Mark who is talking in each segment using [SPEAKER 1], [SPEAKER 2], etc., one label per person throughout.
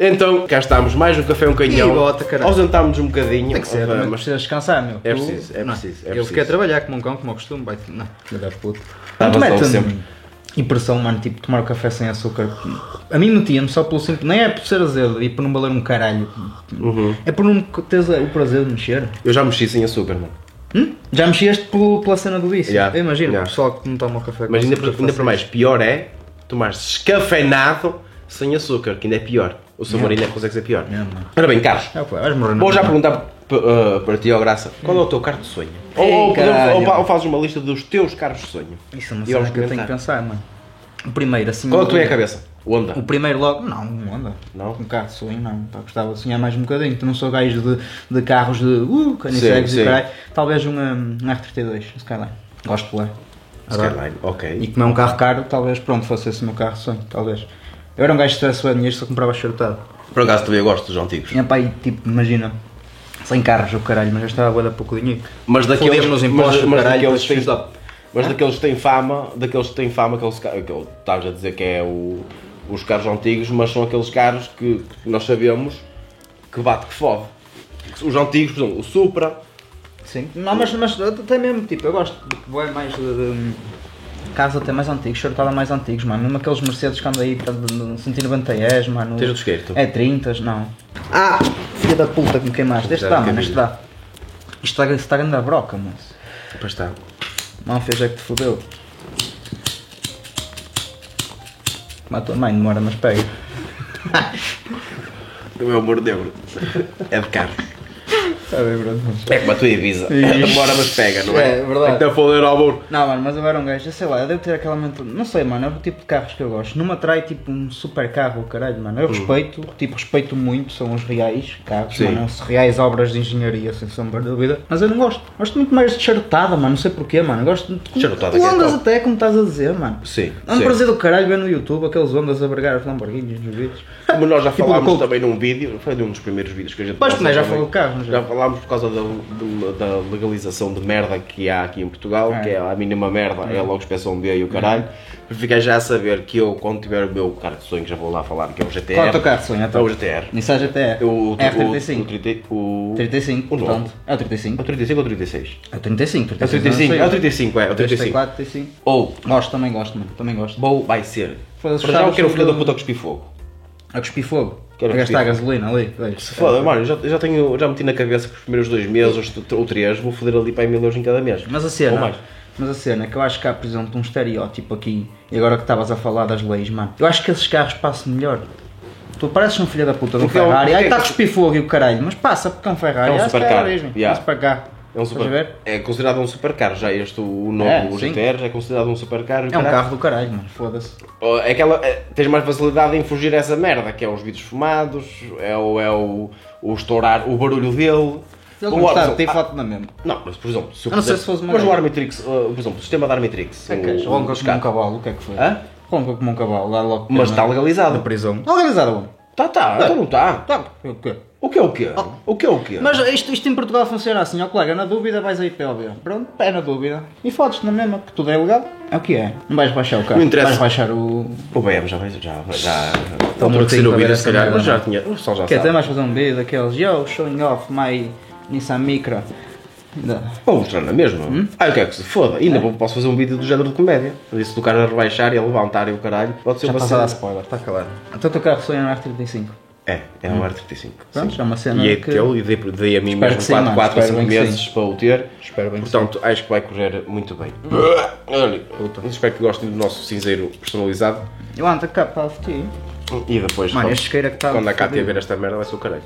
[SPEAKER 1] Então, cá estamos, mais um café um canhão.
[SPEAKER 2] Ih, bota, caralho.
[SPEAKER 1] Ausentámos um bocadinho.
[SPEAKER 2] Tem que ser, né?
[SPEAKER 1] Ah,
[SPEAKER 2] mas
[SPEAKER 1] mas
[SPEAKER 2] precisas descansar, meu.
[SPEAKER 1] É
[SPEAKER 2] Tu-
[SPEAKER 1] preciso, é
[SPEAKER 2] não.
[SPEAKER 1] preciso, é
[SPEAKER 2] Eu
[SPEAKER 1] preciso.
[SPEAKER 2] fiquei a trabalhar como um cão, como ao costume, vai Não, filha da puta.
[SPEAKER 1] Dá
[SPEAKER 2] Não, tu
[SPEAKER 1] razão
[SPEAKER 2] mete um
[SPEAKER 1] sempre.
[SPEAKER 2] impressão, mano, tipo, tomar o café sem açúcar. A mim metia-me só pelo simples. Nem é por ser azedo e por não valer um caralho.
[SPEAKER 1] Uhum.
[SPEAKER 2] É por não teres o prazer de mexer.
[SPEAKER 1] eu já mexi sem açúcar, mano.
[SPEAKER 2] Hum? Já mexeste pelo- pela cena do vício.
[SPEAKER 1] Yeah,
[SPEAKER 2] Eu imagino,
[SPEAKER 1] yeah.
[SPEAKER 2] o pessoal que não toma café com
[SPEAKER 1] Mas ainda, por-
[SPEAKER 2] açúcar
[SPEAKER 1] ainda
[SPEAKER 2] faz
[SPEAKER 1] para mais, pior é tomar descafeinado sem açúcar, que ainda é pior. O sabor ainda consegue ser pior.
[SPEAKER 2] Yeah, mano.
[SPEAKER 1] Ora bem, Carlos,
[SPEAKER 2] isso. É, pá, vais morrer na
[SPEAKER 1] vou já
[SPEAKER 2] mão.
[SPEAKER 1] perguntar p- ah, para ti, ó Graça, qual é o teu carro de sonho? Ou,
[SPEAKER 2] Ei,
[SPEAKER 1] ou podemos-
[SPEAKER 2] caralho.
[SPEAKER 1] ou pa- ou fazes uma lista dos teus carros de sonho.
[SPEAKER 2] Isso é uma
[SPEAKER 1] E vamos
[SPEAKER 2] cena que eu tenho
[SPEAKER 1] comentar.
[SPEAKER 2] que pensar, mano. O primeiro, assim.
[SPEAKER 1] Qual é que tu é a
[SPEAKER 2] o-
[SPEAKER 1] cabeça? O Honda.
[SPEAKER 2] O primeiro logo, não, não anda.
[SPEAKER 1] Não?
[SPEAKER 2] Um carro de sonho, não. Pá, gostava de sonhar mais um bocadinho. Tu não sou gajo de, de carros de. Uh, canicegues
[SPEAKER 1] sim.
[SPEAKER 2] e caralho. Talvez um, um R32, Skyline. Gosto de lá.
[SPEAKER 1] Skyline, ok.
[SPEAKER 2] E como é um carro caro, talvez, pronto, fosse esse o meu carro de sonho, talvez. Eu era um gajo que tivesse o dinheiro só comprava charutado.
[SPEAKER 1] Por acaso também eu gosto dos antigos.
[SPEAKER 2] Tinha pá aí, tipo, imagina, 100 carros, o caralho, mas gastava bué da pouco dinheiro.
[SPEAKER 1] Mas daqueles,
[SPEAKER 2] Fodemos nos
[SPEAKER 1] mas-
[SPEAKER 2] impostos,
[SPEAKER 1] mas
[SPEAKER 2] caralho,
[SPEAKER 1] daqueles que
[SPEAKER 2] depois
[SPEAKER 1] têm,
[SPEAKER 2] fiz da-
[SPEAKER 1] mas daqueles que têm fama, daqueles que têm fama, aqueles ca- aquele- estavas a dizer que é o- os carros antigos, mas são aqueles carros que, que nós sabemos que bate que fode. Os antigos, por exemplo, o Supra,
[SPEAKER 2] Sim. Não, mas, mas até mesmo, tipo, eu gosto de bué mais de, de carros até mais antigos, charutada mais antigos, mano. Mesmo aqueles Mercedes que andam aí, tá, de- de 190 es, mano.
[SPEAKER 1] Tens o isqueiro, tu?
[SPEAKER 2] É 30, não. Ah, filha da puta que me queimaste. Este
[SPEAKER 1] Já
[SPEAKER 2] dá, mano,
[SPEAKER 1] acabei.
[SPEAKER 2] este dá. Isto está, isto está grande a broca, mano.
[SPEAKER 1] pois está,
[SPEAKER 2] Não fez é que te fodeu. Mata a mãe, demora, mas pega.
[SPEAKER 1] o meu amor negro, é de carro.
[SPEAKER 2] Está Tá bem, pronto, mas-
[SPEAKER 1] É como a tua Ibiza,
[SPEAKER 2] Ixi.
[SPEAKER 1] demora mas pega, não é?
[SPEAKER 2] É, verdade.
[SPEAKER 1] Até foder ao burro.
[SPEAKER 2] Não, mano, mas eu era um gajo, eu sei lá, eu devo ter aquela mentalidade. Não sei, mano, é o tipo de carros que eu gosto. Não me atrai tipo um super carro, caralho, mano. Eu respeito, tipo, respeito muito, são os reais carros,
[SPEAKER 1] Uhum. Sim.
[SPEAKER 2] mano. São reais obras de engenharia, sem sombra de dúvida. Mas eu não gosto. Gosto muito mais de charutada, mano, não sei porquê, mano. Gosto de.
[SPEAKER 1] Charutada
[SPEAKER 2] Tu
[SPEAKER 1] que é
[SPEAKER 2] andas
[SPEAKER 1] top.
[SPEAKER 2] até, como estás a dizer, mano.
[SPEAKER 1] Sim,
[SPEAKER 2] É um
[SPEAKER 1] sim.
[SPEAKER 2] prazer do caralho ver no YouTube aqueles ondas a vergar os Lamborghinis nos vídeos.
[SPEAKER 1] Como nós já
[SPEAKER 2] Tipo
[SPEAKER 1] falámos
[SPEAKER 2] do Colt.
[SPEAKER 1] também num vídeo, foi de um dos primeiros vídeos que a gente
[SPEAKER 2] Pois,
[SPEAKER 1] lançou
[SPEAKER 2] mas já
[SPEAKER 1] também.
[SPEAKER 2] falou de carros, não já?
[SPEAKER 1] Já falámos por causa da, de- da legalização de merda que há aqui em Portugal,
[SPEAKER 2] É. Uhum.
[SPEAKER 1] que é a mínima merda, é logo inspeção B e o caralho. Mas Fiquei já a saber que eu, quando tiver o meu carro de sonho, já vou lá falar, que é o GTR.
[SPEAKER 2] Qual é o teu carro de sonho,
[SPEAKER 1] É
[SPEAKER 2] então?
[SPEAKER 1] o GTR.
[SPEAKER 2] Mensagem até é.
[SPEAKER 1] Eu- o-
[SPEAKER 2] é
[SPEAKER 1] O, o,
[SPEAKER 2] F35.
[SPEAKER 1] 30 o,
[SPEAKER 2] 35,
[SPEAKER 1] o novo.
[SPEAKER 2] pronto. É o
[SPEAKER 1] É o
[SPEAKER 2] 35.
[SPEAKER 1] 35 ou o 36?
[SPEAKER 2] É o 35,
[SPEAKER 1] É o 35, é o 35, é o 35.
[SPEAKER 2] 34, 35.
[SPEAKER 1] Ou,
[SPEAKER 2] Gosto, também gosto, mano. Também gosto.
[SPEAKER 1] bom vai ser. Para
[SPEAKER 2] Foda-se,
[SPEAKER 1] já eu
[SPEAKER 2] sabes
[SPEAKER 1] quero o
[SPEAKER 2] sobre-
[SPEAKER 1] filho da puta cuspir fogo.
[SPEAKER 2] A cuspir fogo.
[SPEAKER 1] Quero
[SPEAKER 2] a
[SPEAKER 1] cuspir.
[SPEAKER 2] gastar gasolina ali. vejo.
[SPEAKER 1] Se foda, mano, eu já, eu já tenho, já meti na cabeça que os primeiros dois meses os t- ou três vou foder ali para aí mil euros em cada mês.
[SPEAKER 2] É. Mas a
[SPEAKER 1] Ou
[SPEAKER 2] cena.
[SPEAKER 1] mais.
[SPEAKER 2] Mas a cena é que eu acho que há, por exemplo, um estereótipo aqui. E agora que estavas a falar das leis, mano. Eu acho que esses carros passam melhor. Tu pareces um filho da puta de um
[SPEAKER 1] Porque é um-
[SPEAKER 2] Ferrari. Aí
[SPEAKER 1] porque é
[SPEAKER 2] está a
[SPEAKER 1] que-
[SPEAKER 2] cuspir fogo e o caralho. Mas passa porque é um Ferrari.
[SPEAKER 1] É um
[SPEAKER 2] Ah, se calhar
[SPEAKER 1] supercarro,
[SPEAKER 2] mesmo.
[SPEAKER 1] yeah.
[SPEAKER 2] É um supercarro.
[SPEAKER 1] É um
[SPEAKER 2] Estás a ver?
[SPEAKER 1] super, é considerado um supercarro, já este o novo
[SPEAKER 2] É,
[SPEAKER 1] o
[SPEAKER 2] sim.
[SPEAKER 1] GTR já é considerado um supercarro.
[SPEAKER 2] É um carro do caralho, mano. Foda-se.
[SPEAKER 1] Oh, é aquela, é- tens mais facilidade em fugir a essa merda, que é os vidros fumados, é o, é o, o estourar, o barulho dele.
[SPEAKER 2] Eles
[SPEAKER 1] Ou,
[SPEAKER 2] não gostaram,
[SPEAKER 1] ah,
[SPEAKER 2] tem
[SPEAKER 1] ah,
[SPEAKER 2] foto na mesma.
[SPEAKER 1] Não, mas por exemplo, se eu
[SPEAKER 2] A não ser
[SPEAKER 1] puder-
[SPEAKER 2] se fosse uma
[SPEAKER 1] Mas o
[SPEAKER 2] gaja.
[SPEAKER 1] Armitrix, ah, por exemplo, o sistema da Armitrix.
[SPEAKER 2] É que
[SPEAKER 1] o-
[SPEAKER 2] Ronca
[SPEAKER 1] os
[SPEAKER 2] como um
[SPEAKER 1] carros.
[SPEAKER 2] cavalo, o que é que foi?
[SPEAKER 1] Hã?
[SPEAKER 2] Ronca como um cavalo, lá logo.
[SPEAKER 1] Mas tá está legalizado.
[SPEAKER 2] Na prisão. Está legalizado onde?
[SPEAKER 1] Tá, tá, então não tá.
[SPEAKER 2] Tá, o quê?
[SPEAKER 1] O que é o quê? O que é o quê?
[SPEAKER 2] Mas isto, isto em Portugal funciona assim, ó colega, na dúvida vais aí PLB. Pronto, é na dúvida. E fodes-te na mesma, que tudo é legal. É o que é. Não vais baixar o carro.
[SPEAKER 1] Não interessa.
[SPEAKER 2] Vais baixar o.
[SPEAKER 1] O BM já vai, já, já.
[SPEAKER 2] Tão
[SPEAKER 1] Não
[SPEAKER 2] mortinho para ver
[SPEAKER 1] vídeo, se
[SPEAKER 2] essa
[SPEAKER 1] calhar,
[SPEAKER 2] merda,
[SPEAKER 1] mas já
[SPEAKER 2] não é?
[SPEAKER 1] tinha. O pessoal já
[SPEAKER 2] Quer até
[SPEAKER 1] sabe.
[SPEAKER 2] mais fazer um vídeo daqueles, yo, showing off my Nissan Micra. Ainda-
[SPEAKER 1] Vou mostrar na mesma.
[SPEAKER 2] Hum?
[SPEAKER 1] Ah, o que é que se foda? Ainda vou- posso fazer um vídeo do género de comédia. Isso do cara a rebaixar e a levantar e o caralho. Pode ser
[SPEAKER 2] Já
[SPEAKER 1] uma
[SPEAKER 2] estás a dar
[SPEAKER 1] cena.
[SPEAKER 2] spoiler, está calado. Então o teu carro sonha no R35.
[SPEAKER 1] É, é um R35.
[SPEAKER 2] Pronto, é uma cena
[SPEAKER 1] E é
[SPEAKER 2] que-
[SPEAKER 1] teu, e dei, dei a mim
[SPEAKER 2] Espero
[SPEAKER 1] mesmo
[SPEAKER 2] que sim,
[SPEAKER 1] 4,
[SPEAKER 2] mano,
[SPEAKER 1] 4 a
[SPEAKER 2] espero
[SPEAKER 1] 5
[SPEAKER 2] bem que
[SPEAKER 1] meses para o ter.
[SPEAKER 2] Espero bem que
[SPEAKER 1] Portanto, acho que vai correr muito bem. Olha, espero que gostem do nosso cinzeiro personalizado.
[SPEAKER 2] Eu ando a capa of tea.
[SPEAKER 1] E depois,
[SPEAKER 2] Mano,
[SPEAKER 1] quando-
[SPEAKER 2] este isqueiro é que está
[SPEAKER 1] quando a Cátia
[SPEAKER 2] fodido.
[SPEAKER 1] ver esta merda, vai ser o caralho.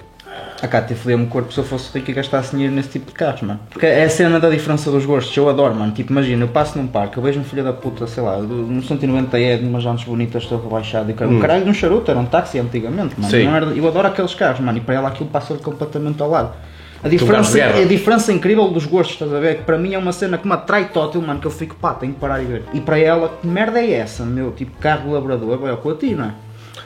[SPEAKER 2] A Cátia fodia-me o corpo se eu fosse rico e gastasse dinheiro nesse tipo de carros, mano. Porque é a cena da diferença dos gostos, eu adoro, mano. Tipo, imagina, eu passo num parque, eu vejo um filho da puta, sei lá, de um 190 é de umas jantes bonitas, todo rebaixado e o caralho. O caralho de um charuto, era um táxi antigamente, mano.
[SPEAKER 1] Sim.
[SPEAKER 2] Não era- eu adoro aqueles carros, mano, e para ela aquilo passou completamente ao lado. A diferença, é
[SPEAKER 1] guerra.
[SPEAKER 2] a diferença incrível dos gostos, estás a ver? Que para mim é uma cena que me atrai tótil, mano, que eu fico, pá, tenho que parar e ver. E para ela, que merda é essa, meu? Tipo, carro de labrador, vai ao coati, não é?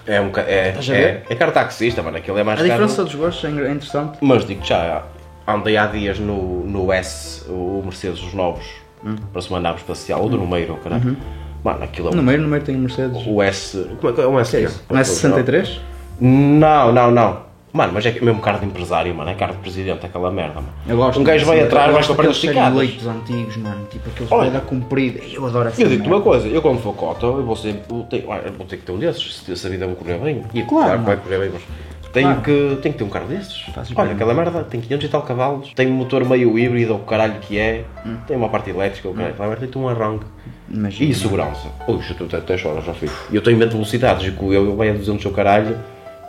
[SPEAKER 1] É um boca- é,
[SPEAKER 2] a ver?
[SPEAKER 1] é, é caro taxista, mano. Aquilo é mais
[SPEAKER 2] A
[SPEAKER 1] caro.
[SPEAKER 2] diferença dos gostos é ingra- é interessante.
[SPEAKER 1] Mas digo já, andei há dias no, no S, o Mercedes, os novos,
[SPEAKER 2] Hum.
[SPEAKER 1] para se mandar para espacial, ou do Numeiro, caralho.
[SPEAKER 2] Uhum.
[SPEAKER 1] Mano, aquilo é um-
[SPEAKER 2] No meio, no meio tem o Mercedes.
[SPEAKER 1] o S. Como é que é? Um S.
[SPEAKER 2] é isso? Um S63?
[SPEAKER 1] Não, não, não. Mano, mas é que- mesmo carro de empresário, mano. É carro de presidente, aquela merda, mano.
[SPEAKER 2] Eu gosto
[SPEAKER 1] um gajo
[SPEAKER 2] disso,
[SPEAKER 1] vai
[SPEAKER 2] eu
[SPEAKER 1] atrás, vai
[SPEAKER 2] gosto
[SPEAKER 1] com pernas
[SPEAKER 2] daqueles
[SPEAKER 1] esticadas.
[SPEAKER 2] leitos antigos, mano. Tipo aqueles
[SPEAKER 1] Olha.
[SPEAKER 2] pedra comprida. Eu adoro essa
[SPEAKER 1] Eu digo-te uma
[SPEAKER 2] merda.
[SPEAKER 1] coisa, eu quando for cota, eu vou sempre. eu tenho- ah, eu vou ter que ter um desses, se se a vida me correr bem. E
[SPEAKER 2] Claro,
[SPEAKER 1] claro, que vai
[SPEAKER 2] mano.
[SPEAKER 1] correr bem, mas. Tenho,
[SPEAKER 2] Claro.
[SPEAKER 1] que, tenho que ter um carro desses.
[SPEAKER 2] Fazes
[SPEAKER 1] Olha,
[SPEAKER 2] bem.
[SPEAKER 1] aquela merda tem 500 e tal cavalos, tem um motor meio híbrido, ou o caralho que é,
[SPEAKER 2] Hum.
[SPEAKER 1] tem uma parte elétrica, o caralho, aquela merda tem um arranque.
[SPEAKER 2] Imagina.
[SPEAKER 1] E segurança. Oxe, tu até, até choras, já fui. E eu tenho medo de velocidades, e que eu, eu vai a 200 o caralho,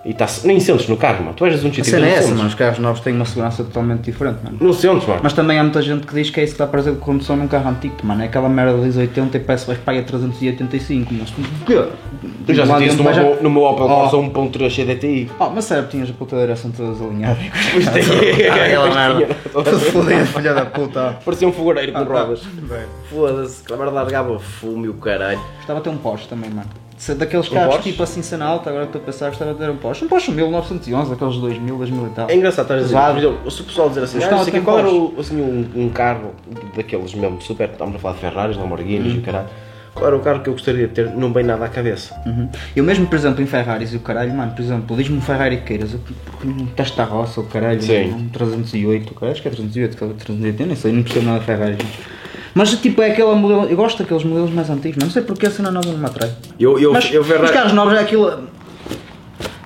[SPEAKER 1] e tá, nem sentes no carro, mano. Tu és a
[SPEAKER 2] A
[SPEAKER 1] 230
[SPEAKER 2] cena é
[SPEAKER 1] não
[SPEAKER 2] essa,
[SPEAKER 1] sentes.
[SPEAKER 2] mano. Os carros novos têm uma segurança totalmente diferente, mano.
[SPEAKER 1] Não sentes, mano.
[SPEAKER 2] Mas também há muita gente que diz que é isso que dá prazer de condução num carro antigo, mano. É aquela merda de 280 e parece que vais pagar 385, mas tu-
[SPEAKER 1] eu já
[SPEAKER 2] De um lado
[SPEAKER 1] senti isso
[SPEAKER 2] dentro
[SPEAKER 1] no,
[SPEAKER 2] vais a-
[SPEAKER 1] meu- no meu Opel
[SPEAKER 2] Oh.
[SPEAKER 1] Corsa 1.3 CDTI.
[SPEAKER 2] Oh, mas sério, tinhas a puta direção toda desalinhada.
[SPEAKER 1] Pois tem.
[SPEAKER 2] Aquela
[SPEAKER 1] Pois
[SPEAKER 2] merda.
[SPEAKER 1] tinha.
[SPEAKER 2] Tudo fodido, filha da puta.
[SPEAKER 1] Parecia um fogareiro com rodas.
[SPEAKER 2] Bem.
[SPEAKER 1] Foda-se, que a merda largava fumo e o caralho.
[SPEAKER 2] Gostava de ter um Porsche também, mano. Se- Daqueles
[SPEAKER 1] Um
[SPEAKER 2] carros
[SPEAKER 1] Porsche?
[SPEAKER 2] tipo assim, cena alta, agora estou a pensar, gostava de ter um Porsche. Um Porsche 1911, daqueles 2000, 2000 e tal.
[SPEAKER 1] É engraçado, estás a dizer,
[SPEAKER 2] Usado.
[SPEAKER 1] por exemplo, se o pessoal dizer assim,
[SPEAKER 2] Mas
[SPEAKER 1] ah,
[SPEAKER 2] tá,
[SPEAKER 1] não sei o quê,
[SPEAKER 2] tem
[SPEAKER 1] qual era
[SPEAKER 2] Porsche.
[SPEAKER 1] o, assim, um, um carro daqueles mesmo super, estamos a falar de Ferraris, Lamborghinis e o caralho, qual era o carro que eu gostaria de ter, não bem nada à cabeça.
[SPEAKER 2] Uhum. Eu mesmo, por exemplo, em Ferraris e o caralho, mano, por exemplo, diz-me um Ferrari que queiras, eu- porque um testa roça, o caralho,
[SPEAKER 1] Sim.
[SPEAKER 2] um 308, o caralho, acho que é 308, que é 380, eu nem sei, não percebo nada de Ferrari. Mas tipo, é aquela modelo, eu gosto daqueles modelos mais antigos, mas não sei porque a cena nova não me atrai.
[SPEAKER 1] Eu, eu,
[SPEAKER 2] Mas
[SPEAKER 1] eu Ferrari-
[SPEAKER 2] os carros novos é aquilo.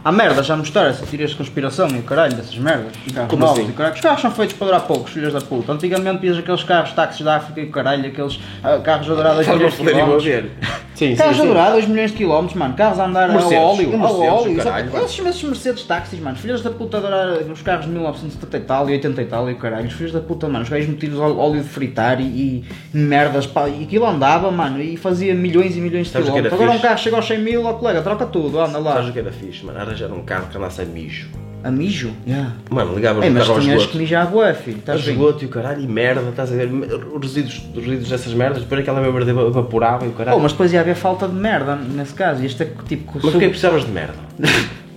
[SPEAKER 2] Há merda, já mostraram essas teorias de conspiração e o caralho dessas merdas. Os carros
[SPEAKER 1] Como
[SPEAKER 2] novos
[SPEAKER 1] assim?
[SPEAKER 2] e o caralho. Os carros são feitos para durar poucos, filhas da puta. Antigamente vias aqueles carros táxis da África e o caralho, aqueles ah, carros a durar 2
[SPEAKER 1] Estás-me a
[SPEAKER 2] milhões de
[SPEAKER 1] foder e vou
[SPEAKER 2] quilómetros.
[SPEAKER 1] ver. Sim,
[SPEAKER 2] Carros a durar 2 milhões de quilómetros, mano. Carros a andar
[SPEAKER 1] Mercedes,
[SPEAKER 2] a óleo,
[SPEAKER 1] um
[SPEAKER 2] a
[SPEAKER 1] Mercedes,
[SPEAKER 2] óleo.
[SPEAKER 1] o
[SPEAKER 2] só-
[SPEAKER 1] caralho, vai.
[SPEAKER 2] esses mesmos Mercedes táxis, mano. Filhas da puta a adorar os carros de 1970 e tal e 80 e tal e o caralho. Os filhos da puta, mano. Os gajos metidos ao óleo de fritar e, e merdas, pá. E aquilo andava, mano. E fazia milhões e milhões de
[SPEAKER 1] Sabes o que era
[SPEAKER 2] quilómetros. Agora um
[SPEAKER 1] fixe?
[SPEAKER 2] carro chega aos 100 mil, ó colega, troca tudo, anda
[SPEAKER 1] Sabes
[SPEAKER 2] lá.
[SPEAKER 1] o que era fixe, mano? Arranjar um carro que andasse a mijo.
[SPEAKER 2] A mijo? Yeah.
[SPEAKER 1] Mano, ligavas
[SPEAKER 2] Ei,
[SPEAKER 1] o
[SPEAKER 2] mas
[SPEAKER 1] carro ao
[SPEAKER 2] tinhas
[SPEAKER 1] esgoto.
[SPEAKER 2] que mijar a bué, filho.
[SPEAKER 1] Estás
[SPEAKER 2] Estás bem?
[SPEAKER 1] esgoto e o caralho, e merda, estás a ver? Os resíduos, os resíduos dessas merdas, depois aquela merda evaporava e o caralho.
[SPEAKER 2] Oh, mas depois ia haver falta de merda nesse caso. Isto é que, tipo.
[SPEAKER 1] Mas porquê precisavas de merda?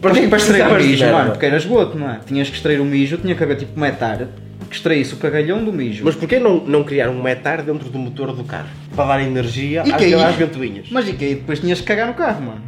[SPEAKER 2] Porquê que para extrair o
[SPEAKER 1] precisavas de
[SPEAKER 2] mijo,
[SPEAKER 1] merda?
[SPEAKER 2] mano? Porque era esgoto, não é? Tinhas que extrair o mijo, tinha que haver tipo uma hectare que extraísse o cagalhão do mijo.
[SPEAKER 1] Mas porquê não, não criar um metar dentro do motor do carro? Para dar energia
[SPEAKER 2] E
[SPEAKER 1] às,
[SPEAKER 2] que é aí-
[SPEAKER 1] às ventoinhas.
[SPEAKER 2] Mas e que aí depois tinhas que cagar no carro, mano?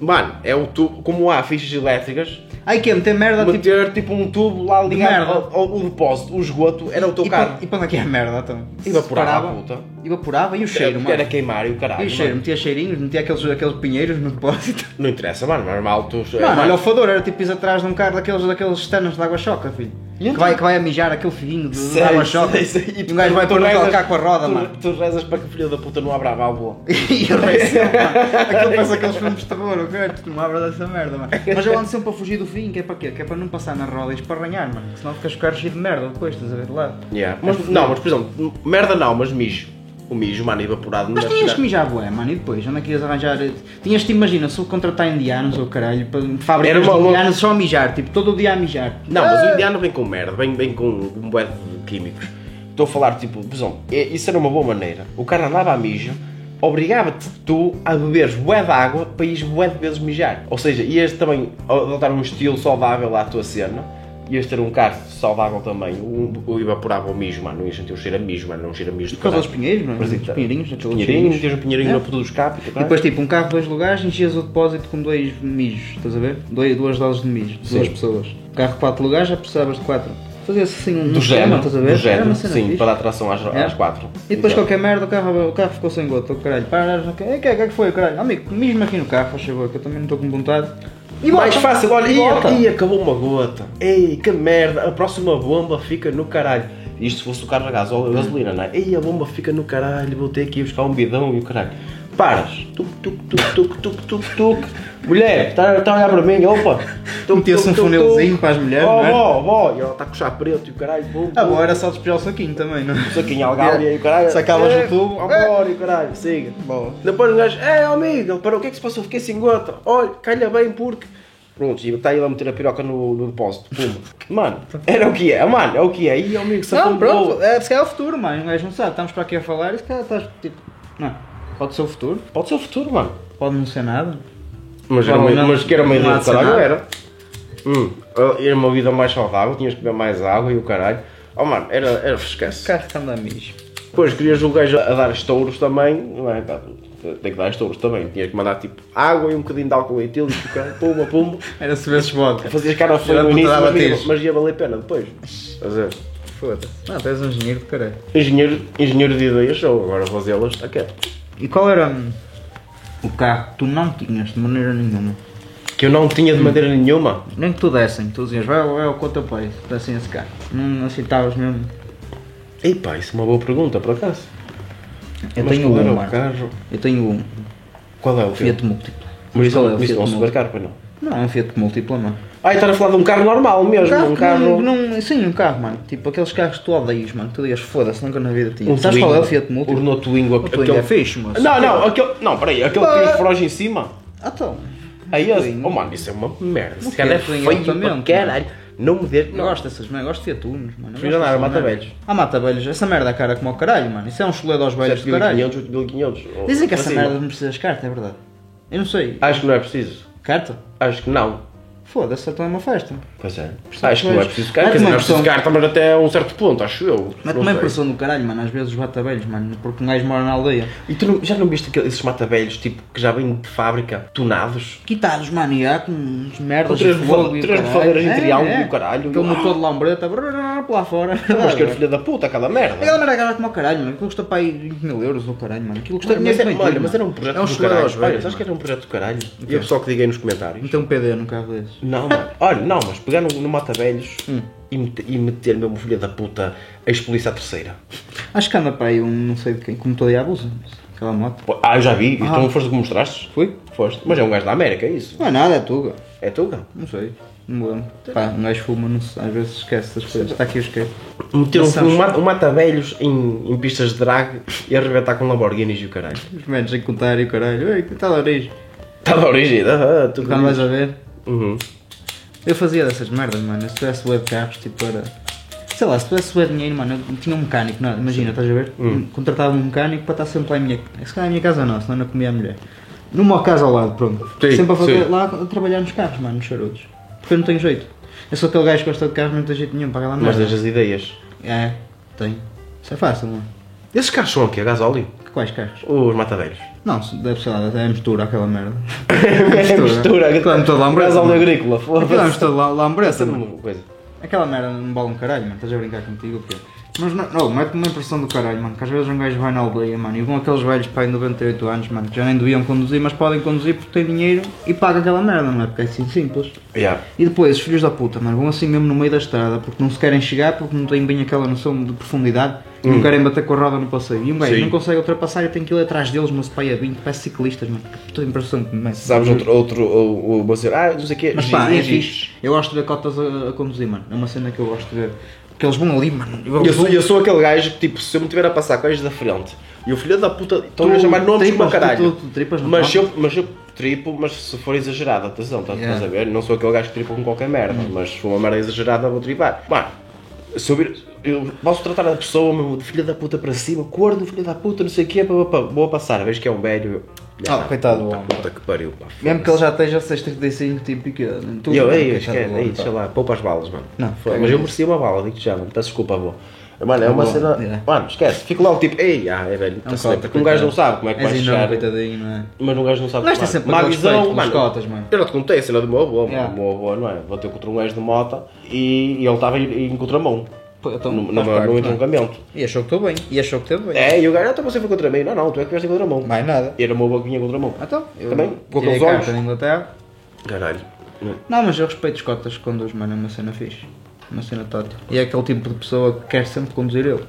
[SPEAKER 1] Mano, é o tubo. Como há fichas elétricas,
[SPEAKER 2] Aí que é meter merda tipo.
[SPEAKER 1] meter tipo um tubo lá ligado
[SPEAKER 2] merda.
[SPEAKER 1] ao, ao- ao depósito, o esgoto, era o teu
[SPEAKER 2] e
[SPEAKER 1] carro.
[SPEAKER 2] Para, e para onde é que é a merda então?
[SPEAKER 1] Evaporava
[SPEAKER 2] Separava,
[SPEAKER 1] a puta.
[SPEAKER 2] Evaporava e o cheiro,
[SPEAKER 1] era,
[SPEAKER 2] mano.
[SPEAKER 1] era queimar e o caralho.
[SPEAKER 2] E o cheiro,
[SPEAKER 1] mano.
[SPEAKER 2] metia cheirinhos, metia aqueles, aqueles pinheiros no depósito.
[SPEAKER 1] Não interessa, mano, normal tu.
[SPEAKER 2] É, Mano, olha o
[SPEAKER 1] mano,
[SPEAKER 2] fador, era tipo isso atrás de um carro daqueles, daqueles estanos de água-choca, filho. Que vai, que vai a mijar aquele filhinho de, de
[SPEAKER 1] sei,
[SPEAKER 2] água-choca.
[SPEAKER 1] sei, sei.
[SPEAKER 2] E
[SPEAKER 1] tu-
[SPEAKER 2] um gajo vai
[SPEAKER 1] tu
[SPEAKER 2] pôr no
[SPEAKER 1] rezas-
[SPEAKER 2] calcar com a roda,
[SPEAKER 1] tu-
[SPEAKER 2] mano.
[SPEAKER 1] Tu rezas para que filho da puta não abra a válvula.
[SPEAKER 2] E eu
[SPEAKER 1] é assim,
[SPEAKER 2] pensei, mano, aquilo parece aqueles filmes de terror, o cara, tu não abras essa merda, mano. Mas eu ando sempre a fugir do fim, que é para quê? Que é para não passar na roda e esparranhar, mano, que senão ficas com o carro cheio de merda depois, estás a ver de lado.
[SPEAKER 1] Yeah. Mas, não, mas por exemplo, merda não, mas mijo. O mijo, mano, evaporado não
[SPEAKER 2] Mas
[SPEAKER 1] deve
[SPEAKER 2] tinhas que
[SPEAKER 1] ficar-
[SPEAKER 2] mijar bué, mano, e depois? Onde é que ias arranjar? Tinhas que, imagina, subcontratar indianos ou caralho, para fábricas
[SPEAKER 1] Era uma-
[SPEAKER 2] de
[SPEAKER 1] uma-
[SPEAKER 2] indianos só a mijar, tipo, todo o dia a mijar.
[SPEAKER 1] Não, mas o indiano vem com merda, vem, vem com um bué de químicos. Estou a falar, tipo, por exemplo, é- isso era uma boa maneira. O cara andava a mijo, obrigava-te tu a beberes bué de água para ires bué de vezes mijar. Ou seja, ias também adotar um estilo saudável à tua cena, ias ter um carro saudável também, o, o evaporava o mijo, mano, não ias sentir o cheiro a mijo, mano, não cheira mijo de
[SPEAKER 2] Por causa dos
[SPEAKER 1] caralho.
[SPEAKER 2] pinheiros, mano,
[SPEAKER 1] Mas
[SPEAKER 2] dos
[SPEAKER 1] então,
[SPEAKER 2] pinheirinhos, aqueles
[SPEAKER 1] Pinheirinho,
[SPEAKER 2] pinheirinhos.
[SPEAKER 1] metias um pinheirinho
[SPEAKER 2] É.
[SPEAKER 1] no puto dos capos e
[SPEAKER 2] E
[SPEAKER 1] caralho.
[SPEAKER 2] depois, tipo, um carro, dois lugares, enchias o depósito com dois mijos, estás a ver? Doi- duas doses de mijo, de duas
[SPEAKER 1] Sim.
[SPEAKER 2] pessoas. Um carro, quatro lugares, já precisavas de quatro. Fazia-se assim um
[SPEAKER 1] do género,
[SPEAKER 2] estás a ver?
[SPEAKER 1] do
[SPEAKER 2] Era
[SPEAKER 1] género,
[SPEAKER 2] uma cena
[SPEAKER 1] sim,
[SPEAKER 2] fixe.
[SPEAKER 1] para dar atração às,
[SPEAKER 2] É.
[SPEAKER 1] às quatro.
[SPEAKER 2] E depois,
[SPEAKER 1] Exato.
[SPEAKER 2] qualquer merda, o carro, o carro ficou sem gota, o caralho. Paras, o que é que é que foi, caralho? Amigo, mesmo aqui no carro, faz favor, que eu também não estou com vontade. E
[SPEAKER 1] Mais
[SPEAKER 2] bota.
[SPEAKER 1] fácil, olha,
[SPEAKER 2] E bota.
[SPEAKER 1] e, acabou uma gota. Ei, que merda, a próxima bomba fica no caralho. Isto se fosse o carro a gás ou a gasolina, não é? Ei, a bomba fica no caralho, vou ter que ir buscar um bidão e o caralho. Paras, tuc, tuc, tuc, tuc, tuc, tuc, tuc. Mulher, está tá a olhar para mim, opa. Tuc,
[SPEAKER 2] Metia-se
[SPEAKER 1] tuc,
[SPEAKER 2] um
[SPEAKER 1] tuc,
[SPEAKER 2] funilzinho
[SPEAKER 1] tuc.
[SPEAKER 2] para as mulheres,
[SPEAKER 1] Ó,
[SPEAKER 2] não é?
[SPEAKER 1] vó, vó, e ela está com o chá preto e o caralho, bom,
[SPEAKER 2] Ah, bom, era só despejar o saquinho também, não é?
[SPEAKER 1] Saquinho algália e o caralho.
[SPEAKER 2] Sacavas
[SPEAKER 1] É,
[SPEAKER 2] o tubo,
[SPEAKER 1] Agora e o caralho, siga.
[SPEAKER 2] Bom.
[SPEAKER 1] Depois um gajo, é amigo, para o que é que se passou? Fiquei sem gota. Olha, calha bem porque. Pronto, e está ele a meter a piroca no, no depósito. Puma. Mano, era o que é, mano, é o que é. E amigo,
[SPEAKER 2] Não,
[SPEAKER 1] safou-me
[SPEAKER 2] pronto,
[SPEAKER 1] boa.
[SPEAKER 2] é, se calhar é o futuro, mano. Um gajo não sabe, estamos para aqui a falar e se calhar estás tipo. Não, pode ser o futuro,
[SPEAKER 1] Pode ser o futuro, mano.
[SPEAKER 2] pode não ser nada.
[SPEAKER 1] Mas, era uma,
[SPEAKER 2] Provavelmente
[SPEAKER 1] mas que era uma
[SPEAKER 2] não
[SPEAKER 1] ideia
[SPEAKER 2] há
[SPEAKER 1] do
[SPEAKER 2] de ser
[SPEAKER 1] caralho,
[SPEAKER 2] nada.
[SPEAKER 1] era. Hum, era uma vida mais saudável, tinhas que beber mais água e o caralho. Oh, mano, era, era esquece.
[SPEAKER 2] Carro que anda a mijo.
[SPEAKER 1] Depois querias o gajo a dar estouros também, não é? Tem que dar as touros também. Tinha que mandar tipo água e um bocadinho de álcool etílico, cara, tipo, pumba, pumba.
[SPEAKER 2] Era se vezes vodka.
[SPEAKER 1] Fazias cara feia
[SPEAKER 2] Já
[SPEAKER 1] no
[SPEAKER 2] não te
[SPEAKER 1] início,
[SPEAKER 2] dava
[SPEAKER 1] mas ia,
[SPEAKER 2] tiros.
[SPEAKER 1] mas ia valer a pena depois. Estás a ver?
[SPEAKER 2] Foda-se. Não, tu és um engenheiro de caralho.
[SPEAKER 1] Engenheiro, engenheiro de ideias, ou agora fazê-las, está quieto.
[SPEAKER 2] E qual era hum, o carro que tu não tinhas de maneira nenhuma?
[SPEAKER 1] Que eu não tinha de maneira nenhuma.
[SPEAKER 2] Nem que tu dessem, tu dizias, vai, vai ao conta pai, dessem esse carro. Não aceitavas mesmo.
[SPEAKER 1] Ei pá, isso é uma boa pergunta, por acaso.
[SPEAKER 2] Eu
[SPEAKER 1] Mas
[SPEAKER 2] tenho
[SPEAKER 1] qual era
[SPEAKER 2] um,
[SPEAKER 1] o
[SPEAKER 2] mano.
[SPEAKER 1] carro?
[SPEAKER 2] Eu tenho um.
[SPEAKER 1] Qual é o
[SPEAKER 2] Fiat múltipla.
[SPEAKER 1] Mas isso,
[SPEAKER 2] Qual é o
[SPEAKER 1] isso não é um
[SPEAKER 2] Fiat múltipla?
[SPEAKER 1] supercar, pois não.
[SPEAKER 2] Não, é um Fiat múltipla, mano.
[SPEAKER 1] Ah, estar a falar de um carro normal mesmo, um carro...
[SPEAKER 2] que Não, não- sim, um carro, mano. Tipo, aqueles carros que tu odeias, mano. Tu digas, foda-se, nunca na vida tinha.
[SPEAKER 1] Um
[SPEAKER 2] Sabes
[SPEAKER 1] Twingo.
[SPEAKER 2] qual é o Fiat múltipla?
[SPEAKER 1] O Renault Twingo,
[SPEAKER 2] O Twingo é fixe, moço.
[SPEAKER 1] Não, não, aquele... Não, peraí, aquele que tem os faróis em cima.
[SPEAKER 2] Ah, então.
[SPEAKER 1] Aí esse...
[SPEAKER 2] Twingo.
[SPEAKER 1] Oh mano, isso é uma merda. Esse
[SPEAKER 2] quero
[SPEAKER 1] cara é
[SPEAKER 2] Twingo
[SPEAKER 1] feio para
[SPEAKER 2] altamente,
[SPEAKER 1] caralho. Não me dê...
[SPEAKER 2] Eu é? gosto dessas, mano. Eu gosto de Fiat Unos, mano. Eu
[SPEAKER 1] Prefiro
[SPEAKER 2] gosto
[SPEAKER 1] andar a
[SPEAKER 2] dessas
[SPEAKER 1] mata
[SPEAKER 2] merdas.
[SPEAKER 1] velhos.
[SPEAKER 2] Ah, mata velhos. Essa merda cara como ao caralho, mano. Isso é um chuleiro aos velhos do caralho.
[SPEAKER 1] 7.500, 8.500.
[SPEAKER 2] Dizem que essa
[SPEAKER 1] Assim,
[SPEAKER 2] merda não precisa de carta, é verdade. Eu não sei.
[SPEAKER 1] Acho que não é preciso.
[SPEAKER 2] Carta?
[SPEAKER 1] Acho que não.
[SPEAKER 2] Foda-se, então é uma festa.
[SPEAKER 1] Pois é.
[SPEAKER 2] Percebes?
[SPEAKER 1] Acho que não é preciso
[SPEAKER 2] Mas
[SPEAKER 1] carta. Quer dizer,
[SPEAKER 2] uma
[SPEAKER 1] não é preciso
[SPEAKER 2] pessoa-
[SPEAKER 1] carta, mas até um certo ponto, acho eu.
[SPEAKER 2] Mas
[SPEAKER 1] Não
[SPEAKER 2] também é
[SPEAKER 1] sei.
[SPEAKER 2] pressão do caralho, mano. Às vezes os batavelhos, mano. Porque um gajo mora na aldeia.
[SPEAKER 1] E tu não- já não viste aqueles, esses matavelhos, tipo, que já vêm de fábrica, tonados?
[SPEAKER 2] Quitados, mano, e há com uns merdas
[SPEAKER 1] Três
[SPEAKER 2] de fogo
[SPEAKER 1] bufal-
[SPEAKER 2] e o
[SPEAKER 1] três
[SPEAKER 2] caralho. É,
[SPEAKER 1] bufaleiras em triângulo e o caralho.
[SPEAKER 2] Aquele motor de lambreta, brrr, para lá fora.
[SPEAKER 1] Mas que era
[SPEAKER 2] é.
[SPEAKER 1] filha da puta, aquela merda.
[SPEAKER 2] Aquela merda é cara como ao caralho, mano. Aquilo custa para aí 20 mil euros, o caralho, mano. Aquilo custa
[SPEAKER 1] Mas,
[SPEAKER 2] dinheiro
[SPEAKER 1] era,
[SPEAKER 2] também.
[SPEAKER 1] olha, mas era um projeto
[SPEAKER 2] É Então. um
[SPEAKER 1] do
[SPEAKER 2] chuleiro
[SPEAKER 1] caralho.
[SPEAKER 2] aos
[SPEAKER 1] Olha,
[SPEAKER 2] velhos,
[SPEAKER 1] sabes que
[SPEAKER 2] mano.
[SPEAKER 1] era um projeto do caralho? E o pessoal que diga aí nos comentários.
[SPEAKER 2] Meter um PD num carro desses.
[SPEAKER 1] Não, mano. Olha, não, mas pegar no, no mata-velhos e, mete- e meter mesmo filha da puta a expolícia à terceira.
[SPEAKER 2] Acho que anda para aí um, não sei de quem, como todo abuso. Aquela moto.
[SPEAKER 1] Pô, Ah, eu já vi. Então foste como mostraste?
[SPEAKER 2] Foi?
[SPEAKER 1] Foste. Mas é um gajo da América, é isso.
[SPEAKER 2] Não é nada, é tuga.
[SPEAKER 1] É tuga.
[SPEAKER 2] Não sei. Não me lembro. Pá, um gajo fuma, não sei, às vezes esquece das coisas. Está aqui, eu esqueço.
[SPEAKER 1] Meter
[SPEAKER 2] Mas
[SPEAKER 1] um,
[SPEAKER 2] sabes-
[SPEAKER 1] um, mata- um mata-velhos em, em pistas de drag e arrebentar com Lamborghinis e o caralho.
[SPEAKER 2] Os menos em contar e o caralho. Ei, que tal a origem?
[SPEAKER 1] Está da origem. Ah, tu
[SPEAKER 2] Quando vais a ver?
[SPEAKER 1] Uhum.
[SPEAKER 2] Eu fazia dessas merdas, mano. Se tivesse web carros, tipo era. Sei lá, se tivesse web dinheiro, mano, eu tinha um mecânico, não, imagina, estás a ver?
[SPEAKER 1] Hum.
[SPEAKER 2] Contratava um mecânico para estar sempre lá em minha. É, Se calhar em minha casa não, senão não comia a mulher. Numa casa ao lado, pronto.
[SPEAKER 1] Sim,
[SPEAKER 2] sempre a fazer
[SPEAKER 1] sim.
[SPEAKER 2] lá a trabalhar nos carros, mano, nos charutos. Porque eu não tenho jeito. Eu sou aquele gajo que gosta de carros, não tem jeito nenhum para aquela
[SPEAKER 1] Mas
[SPEAKER 2] merda.
[SPEAKER 1] das ideias.
[SPEAKER 2] É, tenho. Isso é fácil, mano.
[SPEAKER 1] Esses carros são o quê? A gasóleo?
[SPEAKER 2] Quais carros?
[SPEAKER 1] Os matavelhos?
[SPEAKER 2] Não, se- deve ser lá, é mistura aquela merda.
[SPEAKER 1] É mistura.
[SPEAKER 2] Aquilo é metade lambreta.
[SPEAKER 1] Gasóleo
[SPEAKER 2] mano.
[SPEAKER 1] agrícola.
[SPEAKER 2] Aquilo é
[SPEAKER 1] Foda-se.
[SPEAKER 2] mistura la- lambreta, mano.
[SPEAKER 1] Coisa.
[SPEAKER 2] Aquela merda não vale um caralho, mano. Estás a brincar contigo ou quê? Mas não, não mete-me uma impressão do caralho, mano. Que às vezes um gajo vai na aldeia, mano. E vão aqueles velhos pai de 98 anos, mano. Que já nem deviam conduzir, mas podem conduzir porque têm dinheiro e pagam aquela merda, não é? Porque é assim simples.
[SPEAKER 1] Yeah.
[SPEAKER 2] E depois, os filhos da puta, mano, vão assim mesmo no meio da estrada porque não se querem chegar, porque não têm bem aquela noção de profundidade e não querem bater com a roda no passeio. E um gajo
[SPEAKER 1] Hum. Sim.
[SPEAKER 2] não consegue ultrapassar e tem que ir atrás deles, mas é pai a 20, parece ciclistas, mano. Que puta impressão que me mete.
[SPEAKER 1] Sabes outro, outro o, o Bacer, ah, não sei o quê,
[SPEAKER 2] Mas
[SPEAKER 1] giz,
[SPEAKER 2] pá, é
[SPEAKER 1] giz.
[SPEAKER 2] fixe. Eu gosto de ver cotas a, a conduzir, mano. É uma cena que eu gosto de ver. Porque eles vão ali, mano. e vão-
[SPEAKER 1] Eu sou, eu sou aquele gajo que, tipo, se eu me tiver a passar com a da frente e o filho da puta estão a chamar nomes
[SPEAKER 2] Então
[SPEAKER 1] como
[SPEAKER 2] tripas,
[SPEAKER 1] caralho.
[SPEAKER 2] tu- tu- tu tripas no
[SPEAKER 1] mas,
[SPEAKER 2] carro?
[SPEAKER 1] eu, mas eu tripo, mas se for exagerado, atenção, estás
[SPEAKER 2] Yeah. Uhum.
[SPEAKER 1] estás a ver? Não sou aquele gajo que tripa com qualquer merda, mas se for uma merda exagerada, vou tripar. Mano, se eu vir. Eu posso tratar a pessoa mesmo de filha da puta para cima, corno, filha da puta, não sei o quê, pá, pá, pá, vou passar, vejo que é um velho. eu-
[SPEAKER 2] Ah, coitado do
[SPEAKER 1] puta,
[SPEAKER 2] homem.
[SPEAKER 1] puta que pariu, pá.
[SPEAKER 2] Mesmo que ele já esteja 635, tipo, e que. Tu,
[SPEAKER 1] E eu,
[SPEAKER 2] mano,
[SPEAKER 1] ei,
[SPEAKER 2] que
[SPEAKER 1] esquece,
[SPEAKER 2] chato,
[SPEAKER 1] ei,
[SPEAKER 2] pá.
[SPEAKER 1] deixa lá, poupa as balas, mano.
[SPEAKER 2] Não,
[SPEAKER 1] Foi,
[SPEAKER 2] caga
[SPEAKER 1] mas eu
[SPEAKER 2] nisso.
[SPEAKER 1] mereci uma bala, digo-te já, mano, peço desculpa, avô. Mano, é uma
[SPEAKER 2] bom,
[SPEAKER 1] cena.
[SPEAKER 2] é.
[SPEAKER 1] Mano, esquece, fico logo tipo, ei, ah, é velho,
[SPEAKER 2] É um
[SPEAKER 1] tá-se bem,
[SPEAKER 2] cota,
[SPEAKER 1] porque um gajo não sabe como é que
[SPEAKER 2] És
[SPEAKER 1] vai
[SPEAKER 2] enorme,
[SPEAKER 1] chegar.
[SPEAKER 2] coitadinho, não é?
[SPEAKER 1] Mas um gajo não sabe
[SPEAKER 2] Mas tem
[SPEAKER 1] mano,
[SPEAKER 2] sempre
[SPEAKER 1] má
[SPEAKER 2] aquele respeito pelos cotas, mano.
[SPEAKER 1] Eu não te contei a cena do meu avô,
[SPEAKER 2] Yeah.
[SPEAKER 1] o meu avô, não é? Bateu contra um gajo de moto e, e ele estava em, em contramão,
[SPEAKER 2] Pô, então,
[SPEAKER 1] no,
[SPEAKER 2] faz
[SPEAKER 1] numa-
[SPEAKER 2] parte,
[SPEAKER 1] num
[SPEAKER 2] não é?
[SPEAKER 1] entroncamento.
[SPEAKER 2] E achou que estou bem. E achou que esteve bem.
[SPEAKER 1] É, e o gajo, ah, então você foi contra mim, não, não, tu é que vieste em contramão.
[SPEAKER 2] Mais nada.
[SPEAKER 1] Era o meu avô que vinha em contramão.
[SPEAKER 2] Então, eu
[SPEAKER 1] Também, com
[SPEAKER 2] tirei
[SPEAKER 1] aqueles
[SPEAKER 2] a
[SPEAKER 1] olhos.
[SPEAKER 2] carta na Inglaterra.
[SPEAKER 1] Caralho.
[SPEAKER 2] Não, mas eu respeito os cotas que conduz, mano. É uma cena fixe. Uma cena tática. E é aquele tipo de pessoa que quer sempre conduzir eu.